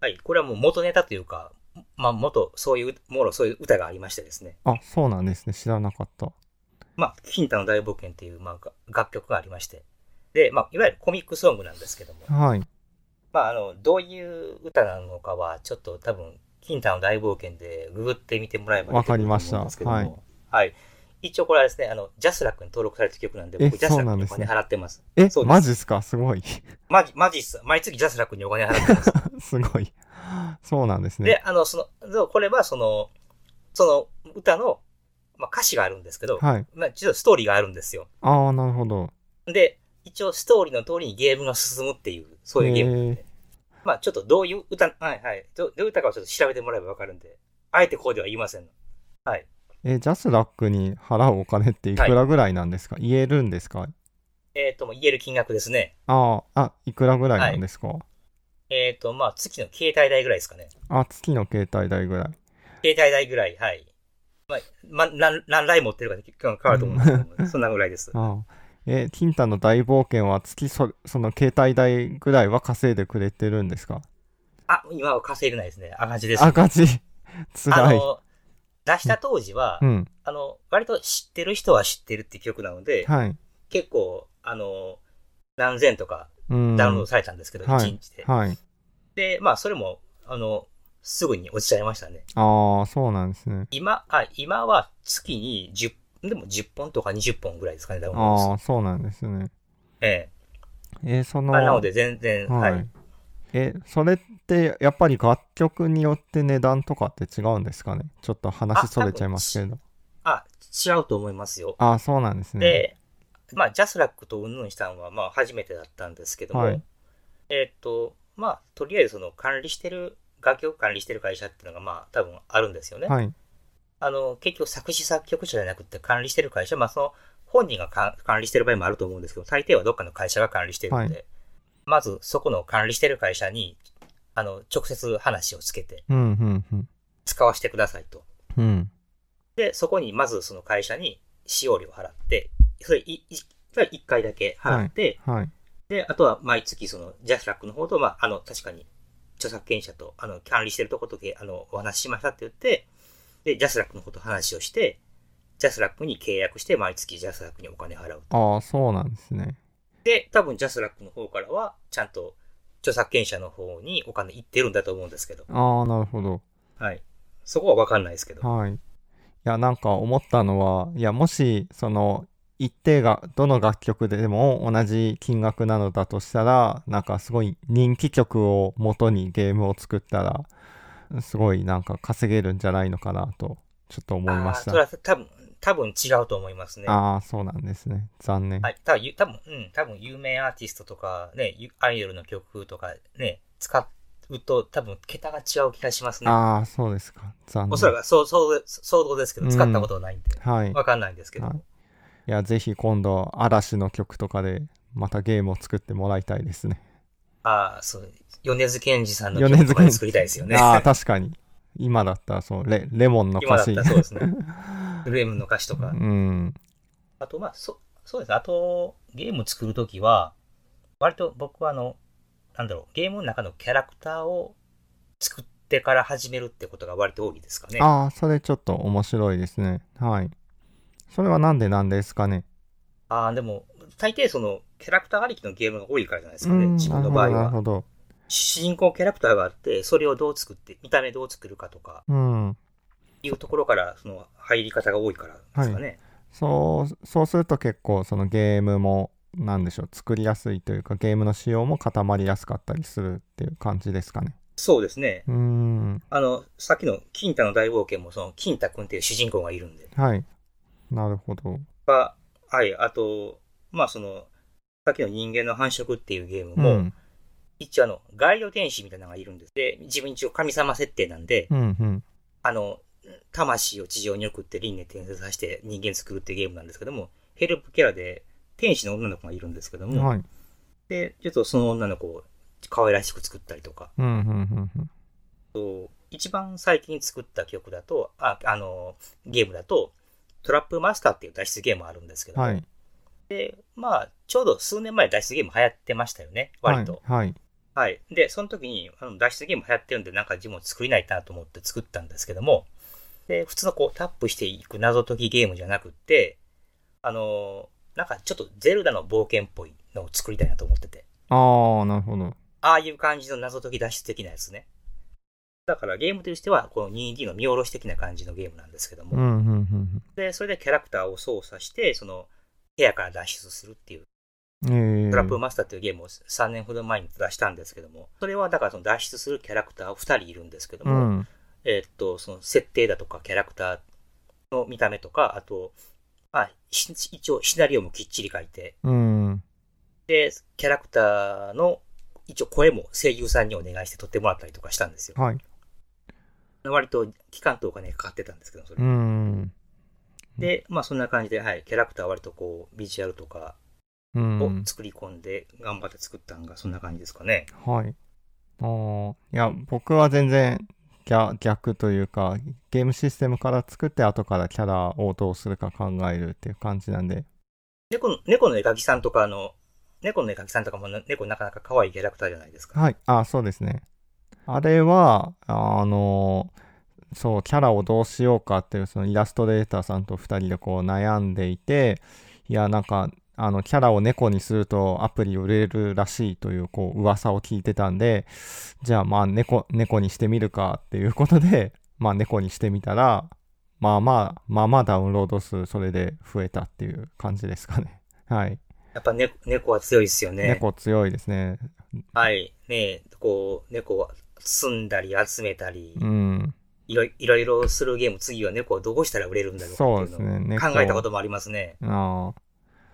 [SPEAKER 2] はい。これはもう元ネタというか、まあ、元、そういう、もろそういう歌がありましてですね。
[SPEAKER 1] あ、そうなんですね。知らなかった。
[SPEAKER 2] まあ、金太の大冒険っていう、まあ、が楽曲がありまして、で、まあ、いわゆるコミックソングなんですけども、
[SPEAKER 1] はい。
[SPEAKER 2] まあ、あの、どういう歌なのかは、ちょっと多分、金太の大冒険でググってみてもらえば
[SPEAKER 1] わかりました
[SPEAKER 2] 出てくると思うんですけどもはい。一応これはですね、あの、ジャスラックに登録された曲なんで、
[SPEAKER 1] え
[SPEAKER 2] 僕、ジャスラ
[SPEAKER 1] そう
[SPEAKER 2] ッ
[SPEAKER 1] な
[SPEAKER 2] ク
[SPEAKER 1] ん
[SPEAKER 2] に
[SPEAKER 1] で
[SPEAKER 2] お
[SPEAKER 1] す
[SPEAKER 2] 金
[SPEAKER 1] ね
[SPEAKER 2] 払ってます。
[SPEAKER 1] え
[SPEAKER 2] そう、です
[SPEAKER 1] マジっすかすごい。 *laughs*
[SPEAKER 2] マジ、マジっす。毎月ジャスラックにお金払ってます。
[SPEAKER 1] すごい。 *laughs* そうなんですね。
[SPEAKER 2] で、あの、そのそう、これはその、その歌の、まあ、歌詞があるんですけど、
[SPEAKER 1] はい。
[SPEAKER 2] まあ、ちょっとストーリーがあるんですよ。
[SPEAKER 1] ああ、なるほど。
[SPEAKER 2] で、一応ストーリーの通りにゲームが進むっていう、そういうゲームなんで。まあちょっとどういう歌、はいはい。どどういう歌かをちょっと調べてもらえばわかるんで、あえてここでは言いません。はい。
[SPEAKER 1] え、ジャスラックに払うお金っていくらぐらいなんですか、言えるんですか
[SPEAKER 2] えっ、と、もう言える金額ですね。
[SPEAKER 1] ああ、あ、いくらぐらいなんですか、
[SPEAKER 2] えっ、と、まあ月の携帯代ぐらいですかね。
[SPEAKER 1] あ、月の携帯代ぐらい。
[SPEAKER 2] 携帯代ぐらい、はい。まあ、ま、何、何台持ってるかで結構変わると思うんですけども、そんなぐらいです。
[SPEAKER 1] ああえ、金太の大冒険は月そ、その携帯代ぐらいは稼いでくれてるんですか
[SPEAKER 2] あ、今は稼いでないですね。赤字です。
[SPEAKER 1] 赤字。つ
[SPEAKER 2] あ
[SPEAKER 1] らい。
[SPEAKER 2] の、出した当時は、
[SPEAKER 1] うん。
[SPEAKER 2] あの、割と知ってる人は知ってるっていう曲なので、
[SPEAKER 1] はい。
[SPEAKER 2] 結構、あの、何千とか
[SPEAKER 1] うん。
[SPEAKER 2] ダウンロードされたんですけど、一
[SPEAKER 1] はい
[SPEAKER 2] 日で。
[SPEAKER 1] はい。
[SPEAKER 2] で、まあ、それも、あの、すぐに落ちちゃいましたね。
[SPEAKER 1] ああ、そうなんですね。
[SPEAKER 2] 今、あ、今は月に10、でも10本とか20本ぐらいですかね、ダウンロード
[SPEAKER 1] あ
[SPEAKER 2] 数
[SPEAKER 1] あ、そうなんですね。
[SPEAKER 2] え
[SPEAKER 1] えそ
[SPEAKER 2] え。
[SPEAKER 1] の、
[SPEAKER 2] まあ、なので全然、は。
[SPEAKER 1] はいい。え、それってやっぱり楽曲によって値段とかって違うんですかねちょっと話それちゃいますけど。
[SPEAKER 2] あ、違うと思いますよ。
[SPEAKER 1] ああ、そうなんですね。
[SPEAKER 2] で、まあ、ジャスラックとうんぬんしたのは、まあ、初めてだったんですけども、
[SPEAKER 1] はい
[SPEAKER 2] えっと、まあ、とりあえず、その、管理してる、楽曲管理してる会社っていうのが、まあ、多分あるんですよね。
[SPEAKER 1] はい。
[SPEAKER 2] あの、結局、作詞作曲者じゃなくて、管理してる会社、まあ、その、本人がか管理してる場合もあると思うんですけど、大抵はどっかの会社が管理してるので、
[SPEAKER 1] は
[SPEAKER 2] まず、そこの管理してる会社に、あの、直接話をつけて、
[SPEAKER 1] うん、うん、うん。
[SPEAKER 2] 使わせてくださいと。
[SPEAKER 1] うん。
[SPEAKER 2] で、そこに、まずその会社に使用料を払って、それ、い、い、それ1回だけ払って、
[SPEAKER 1] はい。
[SPEAKER 2] で、あとは毎月、その、ジャスラックの方と、まあ、あの、確かに、著作権者と、あの、管理してるとことけ、あの、お話ししましたって言って、で、ジャスラックの方と話をして、ジャスラックに契約して、毎月ジャスラックにお金払う。
[SPEAKER 1] ああ、そうなんですね。
[SPEAKER 2] で、多分ジャスラックの方からは、ちゃんと、著作権者の方にお金いってるんだと思うんですけど。
[SPEAKER 1] ああ、なるほど。
[SPEAKER 2] はい。そこはわかんないですけど。
[SPEAKER 1] はい。いや、なんか思ったのは、いや、もし、その、一定が、どの楽曲でも同じ金額なのだとしたら、なんかすごい人気曲を元にゲームを作ったら、すごいなんか稼げるんじゃないのかなと、ちょっと思いまし
[SPEAKER 2] あーそれ
[SPEAKER 1] た。
[SPEAKER 2] は多分、多分違うと思いますね。
[SPEAKER 1] ああ、そうなんですね。残念。
[SPEAKER 2] はい。たぶ多分、うん、多分有名アーティストとか、ね、ゆアイドルの曲とかね、使うと多分桁が違う気がしますね。
[SPEAKER 1] ああ、そうですか。残念。
[SPEAKER 2] おそらく、そう、そう、想像ですけど、使ったことはないんで、
[SPEAKER 1] はい。
[SPEAKER 2] わかんないんですけど。
[SPEAKER 1] はいいや、ぜひ今度、嵐の曲とかで、またゲームを作ってもらいたいですね。
[SPEAKER 2] ああ、そう、米津玄師さんの
[SPEAKER 1] 米津
[SPEAKER 2] 曲とかで
[SPEAKER 1] 玄師
[SPEAKER 2] 作りたいですよね。
[SPEAKER 1] ああ、確かに。今だったら、そう、レレモンの
[SPEAKER 2] 今だ
[SPEAKER 1] 歌
[SPEAKER 2] った
[SPEAKER 1] 詞。
[SPEAKER 2] らそうですね。 *laughs* レムの歌詞とか。
[SPEAKER 1] うん。
[SPEAKER 2] あと、まあ、そ、そうです。あと、ゲーム作るときは、割と僕はあの、なんだろう、ゲームの中のキャラクターを作ってから始めるってことが割と多いですかね。
[SPEAKER 1] ああ、それちょっと面白いですね。はい。それはなんでなんですかね。
[SPEAKER 2] ああ、でも、大抵その、キャラクターありきのゲームが多いからじゃないです
[SPEAKER 1] う
[SPEAKER 2] かね。
[SPEAKER 1] ん、
[SPEAKER 2] 自
[SPEAKER 1] な
[SPEAKER 2] 分
[SPEAKER 1] る
[SPEAKER 2] の
[SPEAKER 1] ほ
[SPEAKER 2] 場合
[SPEAKER 1] ど、なる
[SPEAKER 2] は。
[SPEAKER 1] ほど。
[SPEAKER 2] 主人公キャラクターがあって、それをどう作って、見た目どう作るかとか、
[SPEAKER 1] うん。
[SPEAKER 2] いうところから、その、入り方が多いからですかね。
[SPEAKER 1] そう、そうすると結構、そのゲームも、なんでしょう、作りやすいというか、ゲームの仕様も固まりやすかったりするっていう感じですかね。
[SPEAKER 2] そうですね。
[SPEAKER 1] うん。
[SPEAKER 2] あの、さっきの、金太の大冒険も、その、金太くんっていう主人公がいるんで。
[SPEAKER 1] はい。なるほど。
[SPEAKER 2] は、はい、あと、まあその、さっきの人間の繁殖っていうゲームも、
[SPEAKER 1] うん。
[SPEAKER 2] 一応あの、ガイド天使みたいなのがいるんです。で、自分一応神様設定なんで、
[SPEAKER 1] うん、うん。
[SPEAKER 2] あの、魂を地上に送って輪廻転生させて人間作るっていうゲームなんですけども、ヘルプキャラで天使の女の子がいるんですけども、
[SPEAKER 1] はい。
[SPEAKER 2] で、ちょっとその女の子を可愛らしく作ったりとか、
[SPEAKER 1] うん、うん、うんうん。
[SPEAKER 2] と一番最近作った曲だと、あ、あの、ゲームだと、トラップマスターっていう脱出ゲームあるんですけども、
[SPEAKER 1] はい。
[SPEAKER 2] で、まあ、ちょうど数年前脱出ゲーム流行ってましたよね、割と。
[SPEAKER 1] はい。はい。
[SPEAKER 2] はい。で、その時にあの脱出ゲーム流行ってるんで、なんか自分作りないなと思って作ったんですけども、で、普通のこうタップしていく謎解きゲームじゃなくって、あのーなんかちょっとゼルダの冒険っぽいのを作りたいなと思ってて、
[SPEAKER 1] ああ、なるほど。
[SPEAKER 2] ああいう感じの謎解き脱出的なやつね。だからゲームとしては、この 2D の見下ろし的な感じのゲームなんですけども、
[SPEAKER 1] うん、うん、うん
[SPEAKER 2] で、それでキャラクターを操作して、その、部屋から脱出するっていう
[SPEAKER 1] うん。ええ
[SPEAKER 2] トラップマスターというゲームを3年ほど前に出したんですけども、それはだからその脱出するキャラクター2人いるんですけど
[SPEAKER 1] う
[SPEAKER 2] も、
[SPEAKER 1] ん。
[SPEAKER 2] えーっと、その設定だとかキャラクターの見た目とか、あと、まあ、し一応シナリオもきっちり書いて、
[SPEAKER 1] うん。
[SPEAKER 2] で、キャラクターの一応声も声優さんにお願いして撮ってもらったりとかしたんですよ。
[SPEAKER 1] はい。
[SPEAKER 2] 割と期間とお金かかってたんですけど、それ
[SPEAKER 1] う。ん。
[SPEAKER 2] で、まあそんな感じで、はい、キャラクターは割とこう、ビジュアルとか
[SPEAKER 1] う
[SPEAKER 2] を
[SPEAKER 1] ん。
[SPEAKER 2] 作り込んで、頑張って作ったのがそんな感じですかね。
[SPEAKER 1] はい。あーいや、僕は全然逆逆というか、ゲームシステムから作って、後からキャラをどうするか考えるっていう感じなんで。
[SPEAKER 2] 猫の、猫の絵描きさんとか、あの、猫の絵描きさんとかもな、猫なかなか可愛いキャラクターじゃないですか。
[SPEAKER 1] はい。あ、そうですね。あれは、あの、そう、キャラをどうしようかっていう、そのイラストレーターさんと2人でこう悩んでいて、いや、なんか、あの、キャラを猫にするとアプリ売れるらしいという、こう、噂を聞いてたんで、じゃあ、まあ、猫、猫にしてみるかっていうことで、 *laughs* まあ、猫にしてみたら、まあまあ、まあまあダウンロード数、それで増えたっていう感じですかね。はい。
[SPEAKER 2] やっぱ猫、猫は強いですよね。
[SPEAKER 1] 猫強いですね。
[SPEAKER 2] はい。ねえこう、猫は住んだり集めたり、
[SPEAKER 1] うん。
[SPEAKER 2] いろいいろいろするゲーム、次は猫はどうしたら売れるんだろうか
[SPEAKER 1] そう
[SPEAKER 2] っ
[SPEAKER 1] で
[SPEAKER 2] て
[SPEAKER 1] す
[SPEAKER 2] いうのを
[SPEAKER 1] ね。猫
[SPEAKER 2] 考えたこともありますね。
[SPEAKER 1] ああ、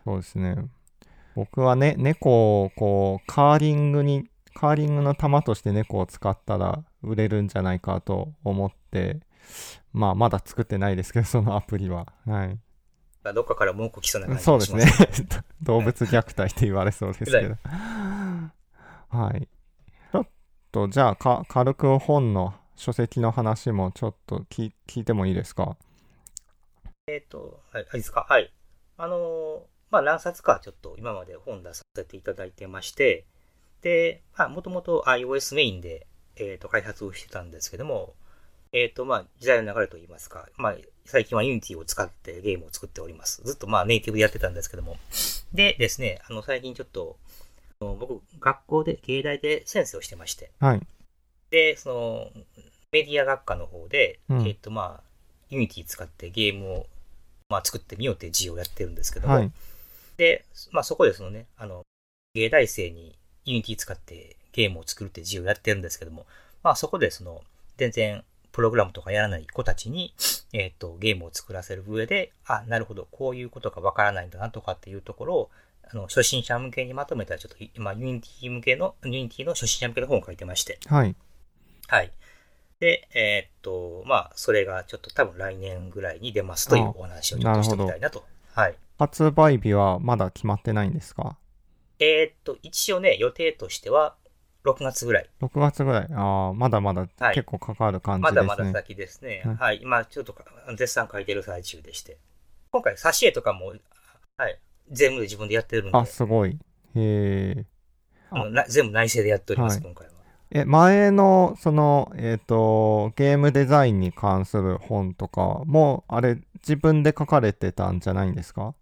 [SPEAKER 1] そうですね。僕はね、猫をこう、カーリングに、カーリングの球として猫を使ったら売れるんじゃないかと思って、まあ、まだ作ってないですけど、そのアプリは。はい。
[SPEAKER 2] どっかから文句来そうな感じ
[SPEAKER 1] そう
[SPEAKER 2] が
[SPEAKER 1] で
[SPEAKER 2] し
[SPEAKER 1] す
[SPEAKER 2] ま
[SPEAKER 1] ね *laughs*
[SPEAKER 2] す。。
[SPEAKER 1] 動物虐待って言われそうですけど。はい。ちょっと、じゃあか、軽く本の書籍の話もちょっと聞聞いてもいいですか
[SPEAKER 2] えっ、と、はい、あいいですかはい。あのーまあ、何冊かちょっと今まで本出させていただいてまして、で、まあ、もともと iOS メインで、えっ、と、開発をしてたんですけども、えっ、と、まあ、時代の流れといいますか、まあ、最近は Unity を使ってゲームを作っております。ずっとまあ、ネイティブでやってたんですけども。でですね、あの、最近ちょっと、の僕、学校で、芸大で先生をしてまして、
[SPEAKER 1] はい。
[SPEAKER 2] で、その、メディア学科の方で、
[SPEAKER 1] うん
[SPEAKER 2] えっと、まあ、ユニティ使ってゲームを、まあ、作ってみようっていう授業をやってるんですけども、
[SPEAKER 1] はい。
[SPEAKER 2] で、まあ、そこでそのね、あの、芸大生に Unity 使ってゲームを作るって授業をやってるんですけども、まあ、そこでその、全然、プログラムとかやらない子たちに、えっ、と、ゲームを作らせる上で、あ、なるほど、こういうことがわからないんだなとかっていうところを、あの、初心者向けにまとめた、ちょっとい、今、Unity 向けの、Unity の初心者向けの本を書いてまして、
[SPEAKER 1] はい。
[SPEAKER 2] はい。で、えーっと、まあ、それがちょっと多分来年ぐらいに出ますというお話をちょっとしてみたいなと。はい。
[SPEAKER 1] 発売日はまだ決まってないんですか
[SPEAKER 2] えーっと、一応ね、予定としては6月ぐらい。
[SPEAKER 1] 6月ぐらい。ああ、まだまだ
[SPEAKER 2] はい
[SPEAKER 1] 結構かかる感じ
[SPEAKER 2] ま
[SPEAKER 1] ですね。
[SPEAKER 2] だまだ先ですね。
[SPEAKER 1] はい
[SPEAKER 2] はい。今、ちょっとか絶賛書いてる最中でして。今回、挿絵とかも、はい。全部自分でやってるんで、
[SPEAKER 1] あ、すごい。へえ。
[SPEAKER 2] あのな全部内製でやっております、
[SPEAKER 1] はい
[SPEAKER 2] 今回は。
[SPEAKER 1] え、前の、その、えっ、と、ゲームデザインに関する本とかも、あれ、自分で書かれてたんじゃないんですか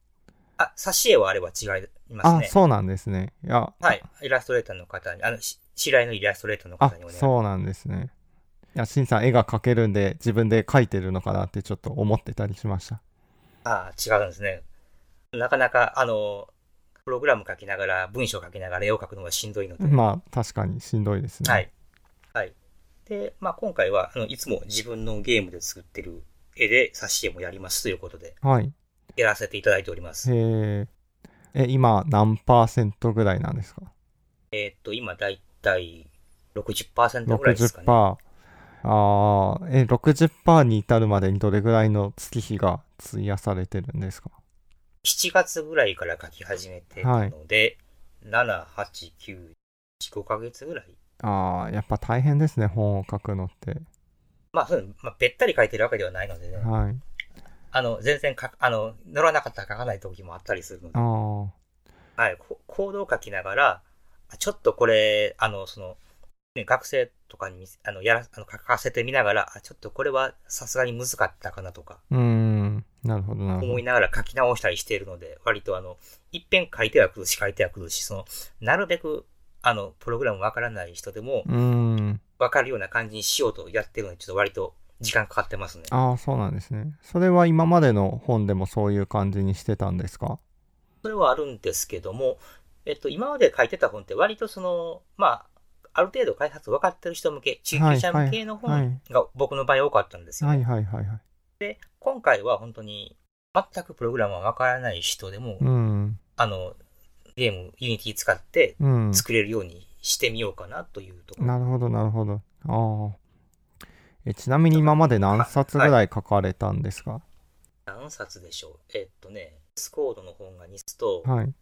[SPEAKER 2] あ、挿絵はあれば違います
[SPEAKER 1] あ、
[SPEAKER 2] ね。
[SPEAKER 1] そうなんですね。いや、
[SPEAKER 2] はい。イラストレーターの方に、あの、し知り合いのイラストレーターの
[SPEAKER 1] あ
[SPEAKER 2] 方にお、願い
[SPEAKER 1] そうなんですね。いや、しんさん、絵が描けるんで、自分で描いてるのかなってちょっと思ってたりしました。
[SPEAKER 2] ああ、違うんですね。なかなか、あの、プログラム書きながら、文章書きながら絵を描くのはしんどいので。
[SPEAKER 1] まあ、確かにしんどいですね。
[SPEAKER 2] はい。はい。で、まあ今回は、あの、いつも自分のゲームで作ってる絵で挿絵もやりますということで、
[SPEAKER 1] はい。
[SPEAKER 2] やらせていただいております。
[SPEAKER 1] へえ。え、今、何パーセントぐらいなんですか
[SPEAKER 2] えーっと、今だいたい60%ぐらいですか
[SPEAKER 1] ?60%。
[SPEAKER 2] ね。
[SPEAKER 1] ああ、え、60%に至るまでにどれぐらいの月日が費やされてるんですか
[SPEAKER 2] 7月ぐらいから描き始めてたので、7、8、9、5ヶ月ぐらい。
[SPEAKER 1] ああ、やっぱ大変ですね、本を書くのって。
[SPEAKER 2] まあ、そうまあ、べったり描いてるわけではないのでね。
[SPEAKER 1] はい。
[SPEAKER 2] あの、全然か、あの、乗らなかったら書かない時もあったりするので、
[SPEAKER 1] あ
[SPEAKER 2] はい、こコードを書きながら、あちょっとこれ、あの、その、ね、学生とかに見せ、あの、やら、あの、書かせてみながら、あちょっとこれはさすがに難かったかなとか、
[SPEAKER 1] あ、うーん、なるほど、なるほ
[SPEAKER 2] 思い
[SPEAKER 1] ど。
[SPEAKER 2] ながら書き直したりしているので、割とあの、一遍書いてはくるし、書いてはくるし、その、なるべく、あの、プログラムわからない人でも
[SPEAKER 1] う、ーん、
[SPEAKER 2] わかるような感じにしようとやってるので、ちょっと割と時間かかってますね。
[SPEAKER 1] ああ、そうなんですね。それは今までの本でもそういう感じにしてたんですか
[SPEAKER 2] それはあるんですけども、えっと、今まで書いてた本って割とその、まあ、ある程度開発分かってる人向け、中級者向けの
[SPEAKER 1] はいはい
[SPEAKER 2] 本が僕の場合多かったんですよ。
[SPEAKER 1] はいはいはいはい。
[SPEAKER 2] で、今回は本当に全くプログラムは分からない人でも、
[SPEAKER 1] うん、
[SPEAKER 2] あの、ゲーム、ユニティ使って
[SPEAKER 1] うん。
[SPEAKER 2] 作れるようにしてみようかなというところ。
[SPEAKER 1] なるほど、なるほど。ああ。え、ちなみに今まで何冊ぐらい書かれたんですか
[SPEAKER 2] 何冊でしょうえっとね、スコードの本が2冊と、
[SPEAKER 1] はい、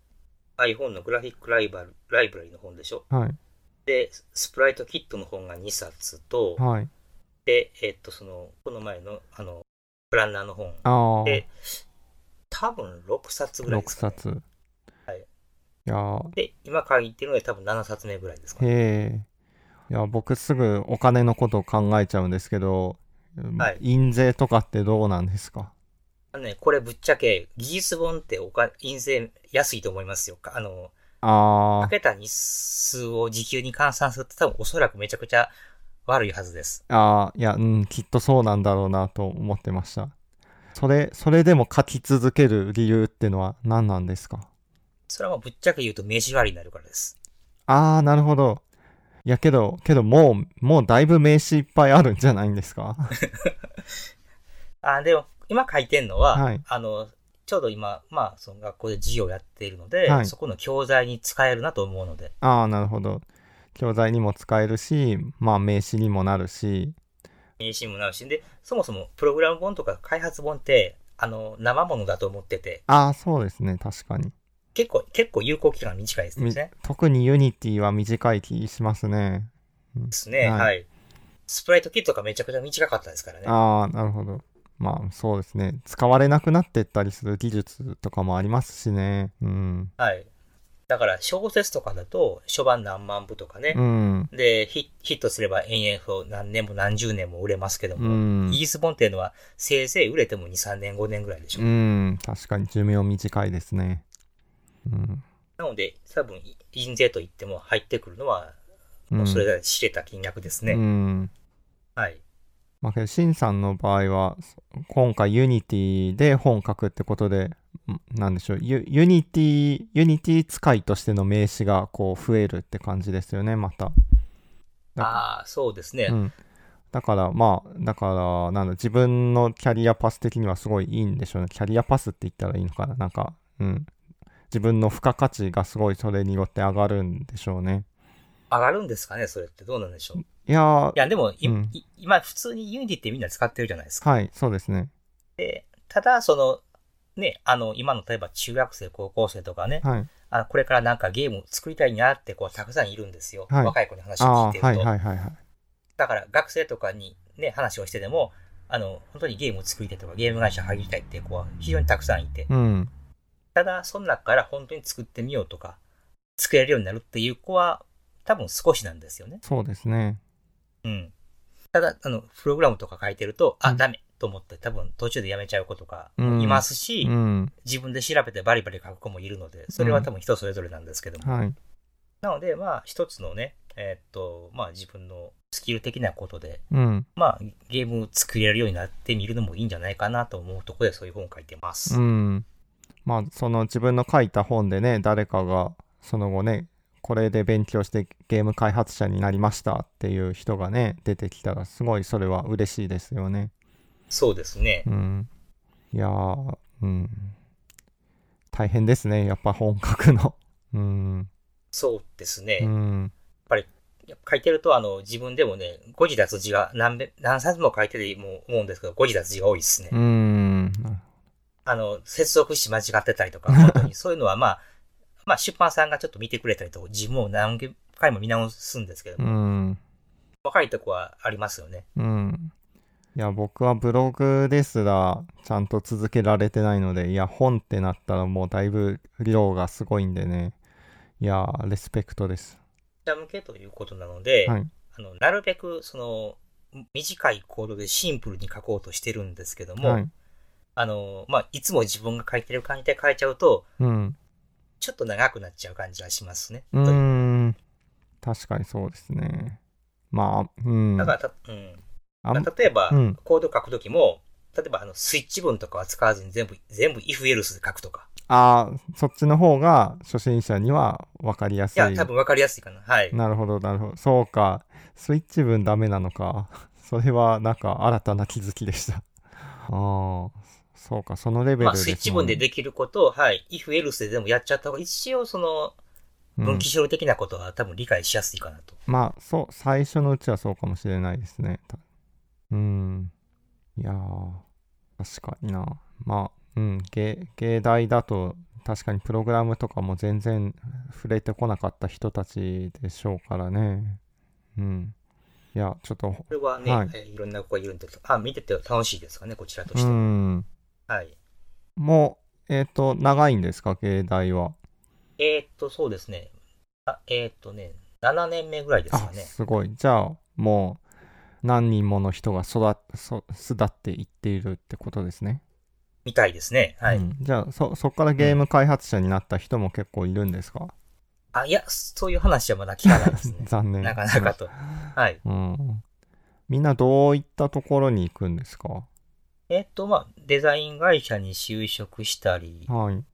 [SPEAKER 2] iPhone のグラフィックライバルライブラリの本でしょ
[SPEAKER 1] はい、
[SPEAKER 2] で、スプライトキットの本が2冊と、
[SPEAKER 1] はい。
[SPEAKER 2] で、えっと、その、この前の、あの、プランナーの本、
[SPEAKER 1] ああ、
[SPEAKER 2] で多分6冊ぐらいで
[SPEAKER 1] 6
[SPEAKER 2] すか、ね。
[SPEAKER 1] 冊。
[SPEAKER 2] はい
[SPEAKER 1] いやー
[SPEAKER 2] で、今書いてるので多分7冊目ぐらいですかね。
[SPEAKER 1] へえ。いや、僕すぐお金のことを考えちゃうんですけど、うん
[SPEAKER 2] はい
[SPEAKER 1] 印税とかってどうなんですか
[SPEAKER 2] あのね、これぶっちゃけ、技術本ってお金、印税安いと思いますよ。あの、
[SPEAKER 1] あ
[SPEAKER 2] かけた日数を時給に換算すると多分おそらくめちゃくちゃ悪いはずです。
[SPEAKER 1] あ、ああ、いや、うん、きっとそうなんだろうなと思ってました。それ、それでも書き続ける理由ってのは何なんですか
[SPEAKER 2] それはもうぶっちゃけ言うと名刺代わりになるからです。
[SPEAKER 1] ああ、なるほど。いやけど、けどもう、もうだいぶ名刺いっぱいあるんじゃないんですか
[SPEAKER 2] あ、でも、今書いてんのは、
[SPEAKER 1] はい
[SPEAKER 2] あの、ちょうど今、まあ、その学校で授業をやっているので、
[SPEAKER 1] はい
[SPEAKER 2] そこの教材に使えるなと思うので、
[SPEAKER 1] ああ、なるほど。教材にも使えるし、まあ名刺にもなるし、
[SPEAKER 2] 名刺にもなるし、で、そもそもプログラム本とか開発本って、あの、生ものだと思ってて、
[SPEAKER 1] ああ、そうですね、確かに。
[SPEAKER 2] 結構、結構有効期間が短いです
[SPEAKER 1] み
[SPEAKER 2] ね。
[SPEAKER 1] 特にユニティは短い気しますね。うん
[SPEAKER 2] ですね、
[SPEAKER 1] は
[SPEAKER 2] はいい。スプライトキットがめちゃくちゃ短かったですからね。
[SPEAKER 1] ああ、なるほど。まあそうですね。使われなくなってったりする技術とかもありますしね。うん。
[SPEAKER 2] はい。だから、小説とかだと、初版何万部とかね、
[SPEAKER 1] うん。
[SPEAKER 2] でヒ、ヒットすれば延々と何年も何十年も売れますけど
[SPEAKER 1] う
[SPEAKER 2] も、
[SPEAKER 1] ん
[SPEAKER 2] イ。ギリス本っていうのは、せいぜい売れても2、3年、5年ぐらいでしょ。
[SPEAKER 1] うん。確かに寿命短いですね。うん。
[SPEAKER 2] なので、多分、印税といっても入ってくるのは、
[SPEAKER 1] う
[SPEAKER 2] も
[SPEAKER 1] ん
[SPEAKER 2] うそれが知れた金額ですね。
[SPEAKER 1] うん
[SPEAKER 2] はい。
[SPEAKER 1] まあ、けどシンさんの場合は今回ユニティで本書くってことでんなんでしょうユユニティユニティ使いとしての名詞がこう増えるって感じですよねまた。だ
[SPEAKER 2] ああ、そうですね。
[SPEAKER 1] うん、だからまあだからなんだ自分のキャリアパス的にはすごいいいんでしょうねキャリアパスって言ったらいいのかななんか、うん、自分の付加価値がすごいそれによって上がるんでしょうね。
[SPEAKER 2] 上がるんですかねそれってどうなんでしょうい
[SPEAKER 1] いやー
[SPEAKER 2] や、でも、い
[SPEAKER 1] うん
[SPEAKER 2] い今、普通にユニティってみんな使ってるじゃないですか。
[SPEAKER 1] はいそうですね。
[SPEAKER 2] ただ、その、ね、あの、今の、例えば中学生、高校生とかね、
[SPEAKER 1] はい、
[SPEAKER 2] あこれからなんかゲーム作りたいなって、こう、たくさんいるんですよ。
[SPEAKER 1] はい
[SPEAKER 2] 若い子に話を
[SPEAKER 1] あ
[SPEAKER 2] 聞
[SPEAKER 1] あ
[SPEAKER 2] いて
[SPEAKER 1] ー
[SPEAKER 2] ると。
[SPEAKER 1] はいはいはいはい。
[SPEAKER 2] だから、学生とかにね、話をしてでも、あの、本当にゲームを作りたいとか、ゲーム会社入りたいって子は非常にたくさんいて、
[SPEAKER 1] うん
[SPEAKER 2] ただ、その中から本当に作ってみようとか、作れるようになるっていう子は、多分少しなんですよね。
[SPEAKER 1] そうですね。
[SPEAKER 2] うん。ただ、あの、プログラムとか書いてると、
[SPEAKER 1] う
[SPEAKER 2] あ、
[SPEAKER 1] ん
[SPEAKER 2] ダメと思って、多分途中でやめちゃう子とか
[SPEAKER 1] うん
[SPEAKER 2] いますし、
[SPEAKER 1] うん
[SPEAKER 2] 自分で調べてバリバリ書く子もいるので、それは多分人それぞれなんですけども。
[SPEAKER 1] はい。
[SPEAKER 2] なので、まあ、一つのね、えーっと、まあ、自分のスキル的なことで、
[SPEAKER 1] うん。
[SPEAKER 2] まあ、ゲームを作れるようになってみるのもいいんじゃないかなと思うところでそういう本を書いてます。
[SPEAKER 1] うん。まあ、その自分の書いた本でね、誰かが、その後ね、これで勉強してゲーム開発者になりましたっていう人がね、出てきたら、すごいそれは嬉しいですよね。
[SPEAKER 2] そうですね
[SPEAKER 1] う。ん。いやー、うん。大変ですね、やっぱ本書くの。うん。
[SPEAKER 2] そうですね。
[SPEAKER 1] う
[SPEAKER 2] やっ
[SPEAKER 1] ん。
[SPEAKER 2] ぱ書いてると、あの、自分でもね、誤字脱字が何べ何冊も書いてても思うんですけど、誤字脱字が多いですね。
[SPEAKER 1] うん。
[SPEAKER 2] あの、接続詞間違ってたり
[SPEAKER 1] *laughs*
[SPEAKER 2] とか、本当にそういうのはまあ、まあ出版さんがちょっと見てくれたりとか、自分を何回も見直すんですけど、
[SPEAKER 1] うん。
[SPEAKER 2] 若いとこはありますよね。
[SPEAKER 1] うん。いや、僕はブログですら、ちゃんと続けられてないので、いや、本ってなったらもうだいぶ量がすごいんでね。いやー、レスペクトです。
[SPEAKER 2] 読者向けということなので、
[SPEAKER 1] はい
[SPEAKER 2] あのなるべくその短いコードでシンプルに書こうとしてるんですけども、
[SPEAKER 1] はい。
[SPEAKER 2] あのまあ、いつも自分が書いてる感じで書いちゃうと、
[SPEAKER 1] うん。
[SPEAKER 2] ちょっと長くなっちゃう感じがしますね。
[SPEAKER 1] うーん。確かにそうですね。まあ、うん。
[SPEAKER 2] だからた、うん、
[SPEAKER 1] あん
[SPEAKER 2] だから例えば、
[SPEAKER 1] うん
[SPEAKER 2] コード書くときも、例えばあのスイッチ文とかは使わずに全部、全部 if else で書くとか。
[SPEAKER 1] あー、そっちの方が初心者には分かりやす
[SPEAKER 2] い
[SPEAKER 1] い。
[SPEAKER 2] や、多分わかりやすいかな。はい。
[SPEAKER 1] なるほど、なるほど。そうか。スイッチ分ダメなのか。 *laughs* それはなんか新たな気づきでした。 *laughs* ああ、そうか、そのレベルです、
[SPEAKER 2] まあ、スイッチ文でできることを、はい、if else ででもやっちゃった方が、一応その
[SPEAKER 1] うん
[SPEAKER 2] 分岐処理的なことは多分理解しやすいかなと。
[SPEAKER 1] まあ、そう、最初のうちはそうかもしれないですね。たうん。いやー、確かにな。まあ、うん、芸芸大だと、確かにプログラムとかも全然触れてこなかった人たちでしょうからね。うん。いや、ちょっと、
[SPEAKER 2] これはね、
[SPEAKER 1] はい
[SPEAKER 2] えーいろんな子がいるんですけど、あ、見てて楽しいですかね、こちらと
[SPEAKER 1] う
[SPEAKER 2] して。
[SPEAKER 1] ん。
[SPEAKER 2] はい。
[SPEAKER 1] もう、えっ、と、長いんですか、芸大は。
[SPEAKER 2] えー、っと、そうですね。あえー、っとね、7年目ぐらいですか
[SPEAKER 1] あ、
[SPEAKER 2] ね。
[SPEAKER 1] すごい。じゃあ、もう、何人もの人が育っそ巣立っていっているってことですね。
[SPEAKER 2] みたいですね。はい。
[SPEAKER 1] うんじゃあ、そ、そこからゲーム開発者になった人も結構いるんですか、
[SPEAKER 2] あ、いや、そういう話はまだ聞かないです
[SPEAKER 1] *laughs*
[SPEAKER 2] ね。
[SPEAKER 1] 残念。
[SPEAKER 2] なかなかと。はい。
[SPEAKER 1] うん。みんなどういったところに行くんですか
[SPEAKER 2] えー、っと、まあ、デザイン会社に就職したり
[SPEAKER 1] はい。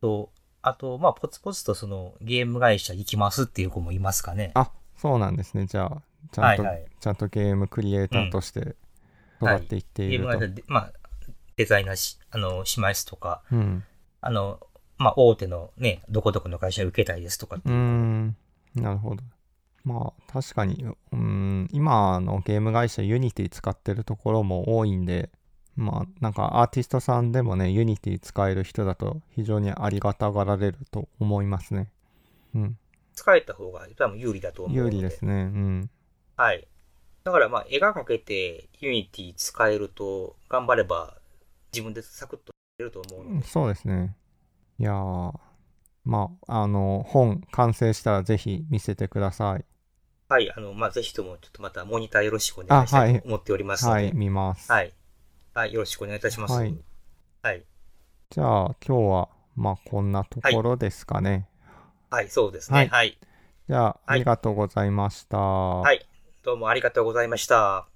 [SPEAKER 2] と、あと、まあ、ポツポツとそのゲーム会社行きますっていう子もいますかね。
[SPEAKER 1] あ、そうなんですね。じゃあ、ちゃ
[SPEAKER 2] は
[SPEAKER 1] ん
[SPEAKER 2] い
[SPEAKER 1] と、
[SPEAKER 2] はい。
[SPEAKER 1] ちゃんとゲームクリエイターとして育っていって
[SPEAKER 2] ゲ
[SPEAKER 1] い
[SPEAKER 2] ー
[SPEAKER 1] る
[SPEAKER 2] ム
[SPEAKER 1] と。
[SPEAKER 2] 会社で、まあ、デザイナーし、あの、しますとか、
[SPEAKER 1] うん。
[SPEAKER 2] あの、まあ、大手のね、どこどこの会社受けたいですとかって
[SPEAKER 1] うーん、なるほど。まあ確かに、うーん、今のゲーム会社 Unity 使ってるところも多いんで、まあなんかアーティストさんでもね、Unity 使える人だと非常にありがたがられると思いますね。うん、
[SPEAKER 2] 使えた方が多分有利だと思うの
[SPEAKER 1] 有
[SPEAKER 2] で。
[SPEAKER 1] 利ですね。うん。
[SPEAKER 2] はい。だからまあ、絵が描けて、ユニティ使えると、頑張れば、自分でサクッと出ると思うので、
[SPEAKER 1] そうですね。いやー、まああの、本完成したらぜひ見せてください。
[SPEAKER 2] はい、あの、まあ、ぜひとも、ちょっとまたモニターよろしくお願いした
[SPEAKER 1] あはいい
[SPEAKER 2] と思っておりますの
[SPEAKER 1] はい、
[SPEAKER 2] で、
[SPEAKER 1] 見ます。
[SPEAKER 2] はい。はい、よろしくお願いいたします。
[SPEAKER 1] は
[SPEAKER 2] はいい。
[SPEAKER 1] じゃあ今日はまあこんなところですかね。
[SPEAKER 2] はい、そうです
[SPEAKER 1] は
[SPEAKER 2] ね。
[SPEAKER 1] い
[SPEAKER 2] はい。
[SPEAKER 1] じゃあ、
[SPEAKER 2] は
[SPEAKER 1] あ
[SPEAKER 2] い
[SPEAKER 1] りがとうございました。
[SPEAKER 2] はい。どうもありがとうございました。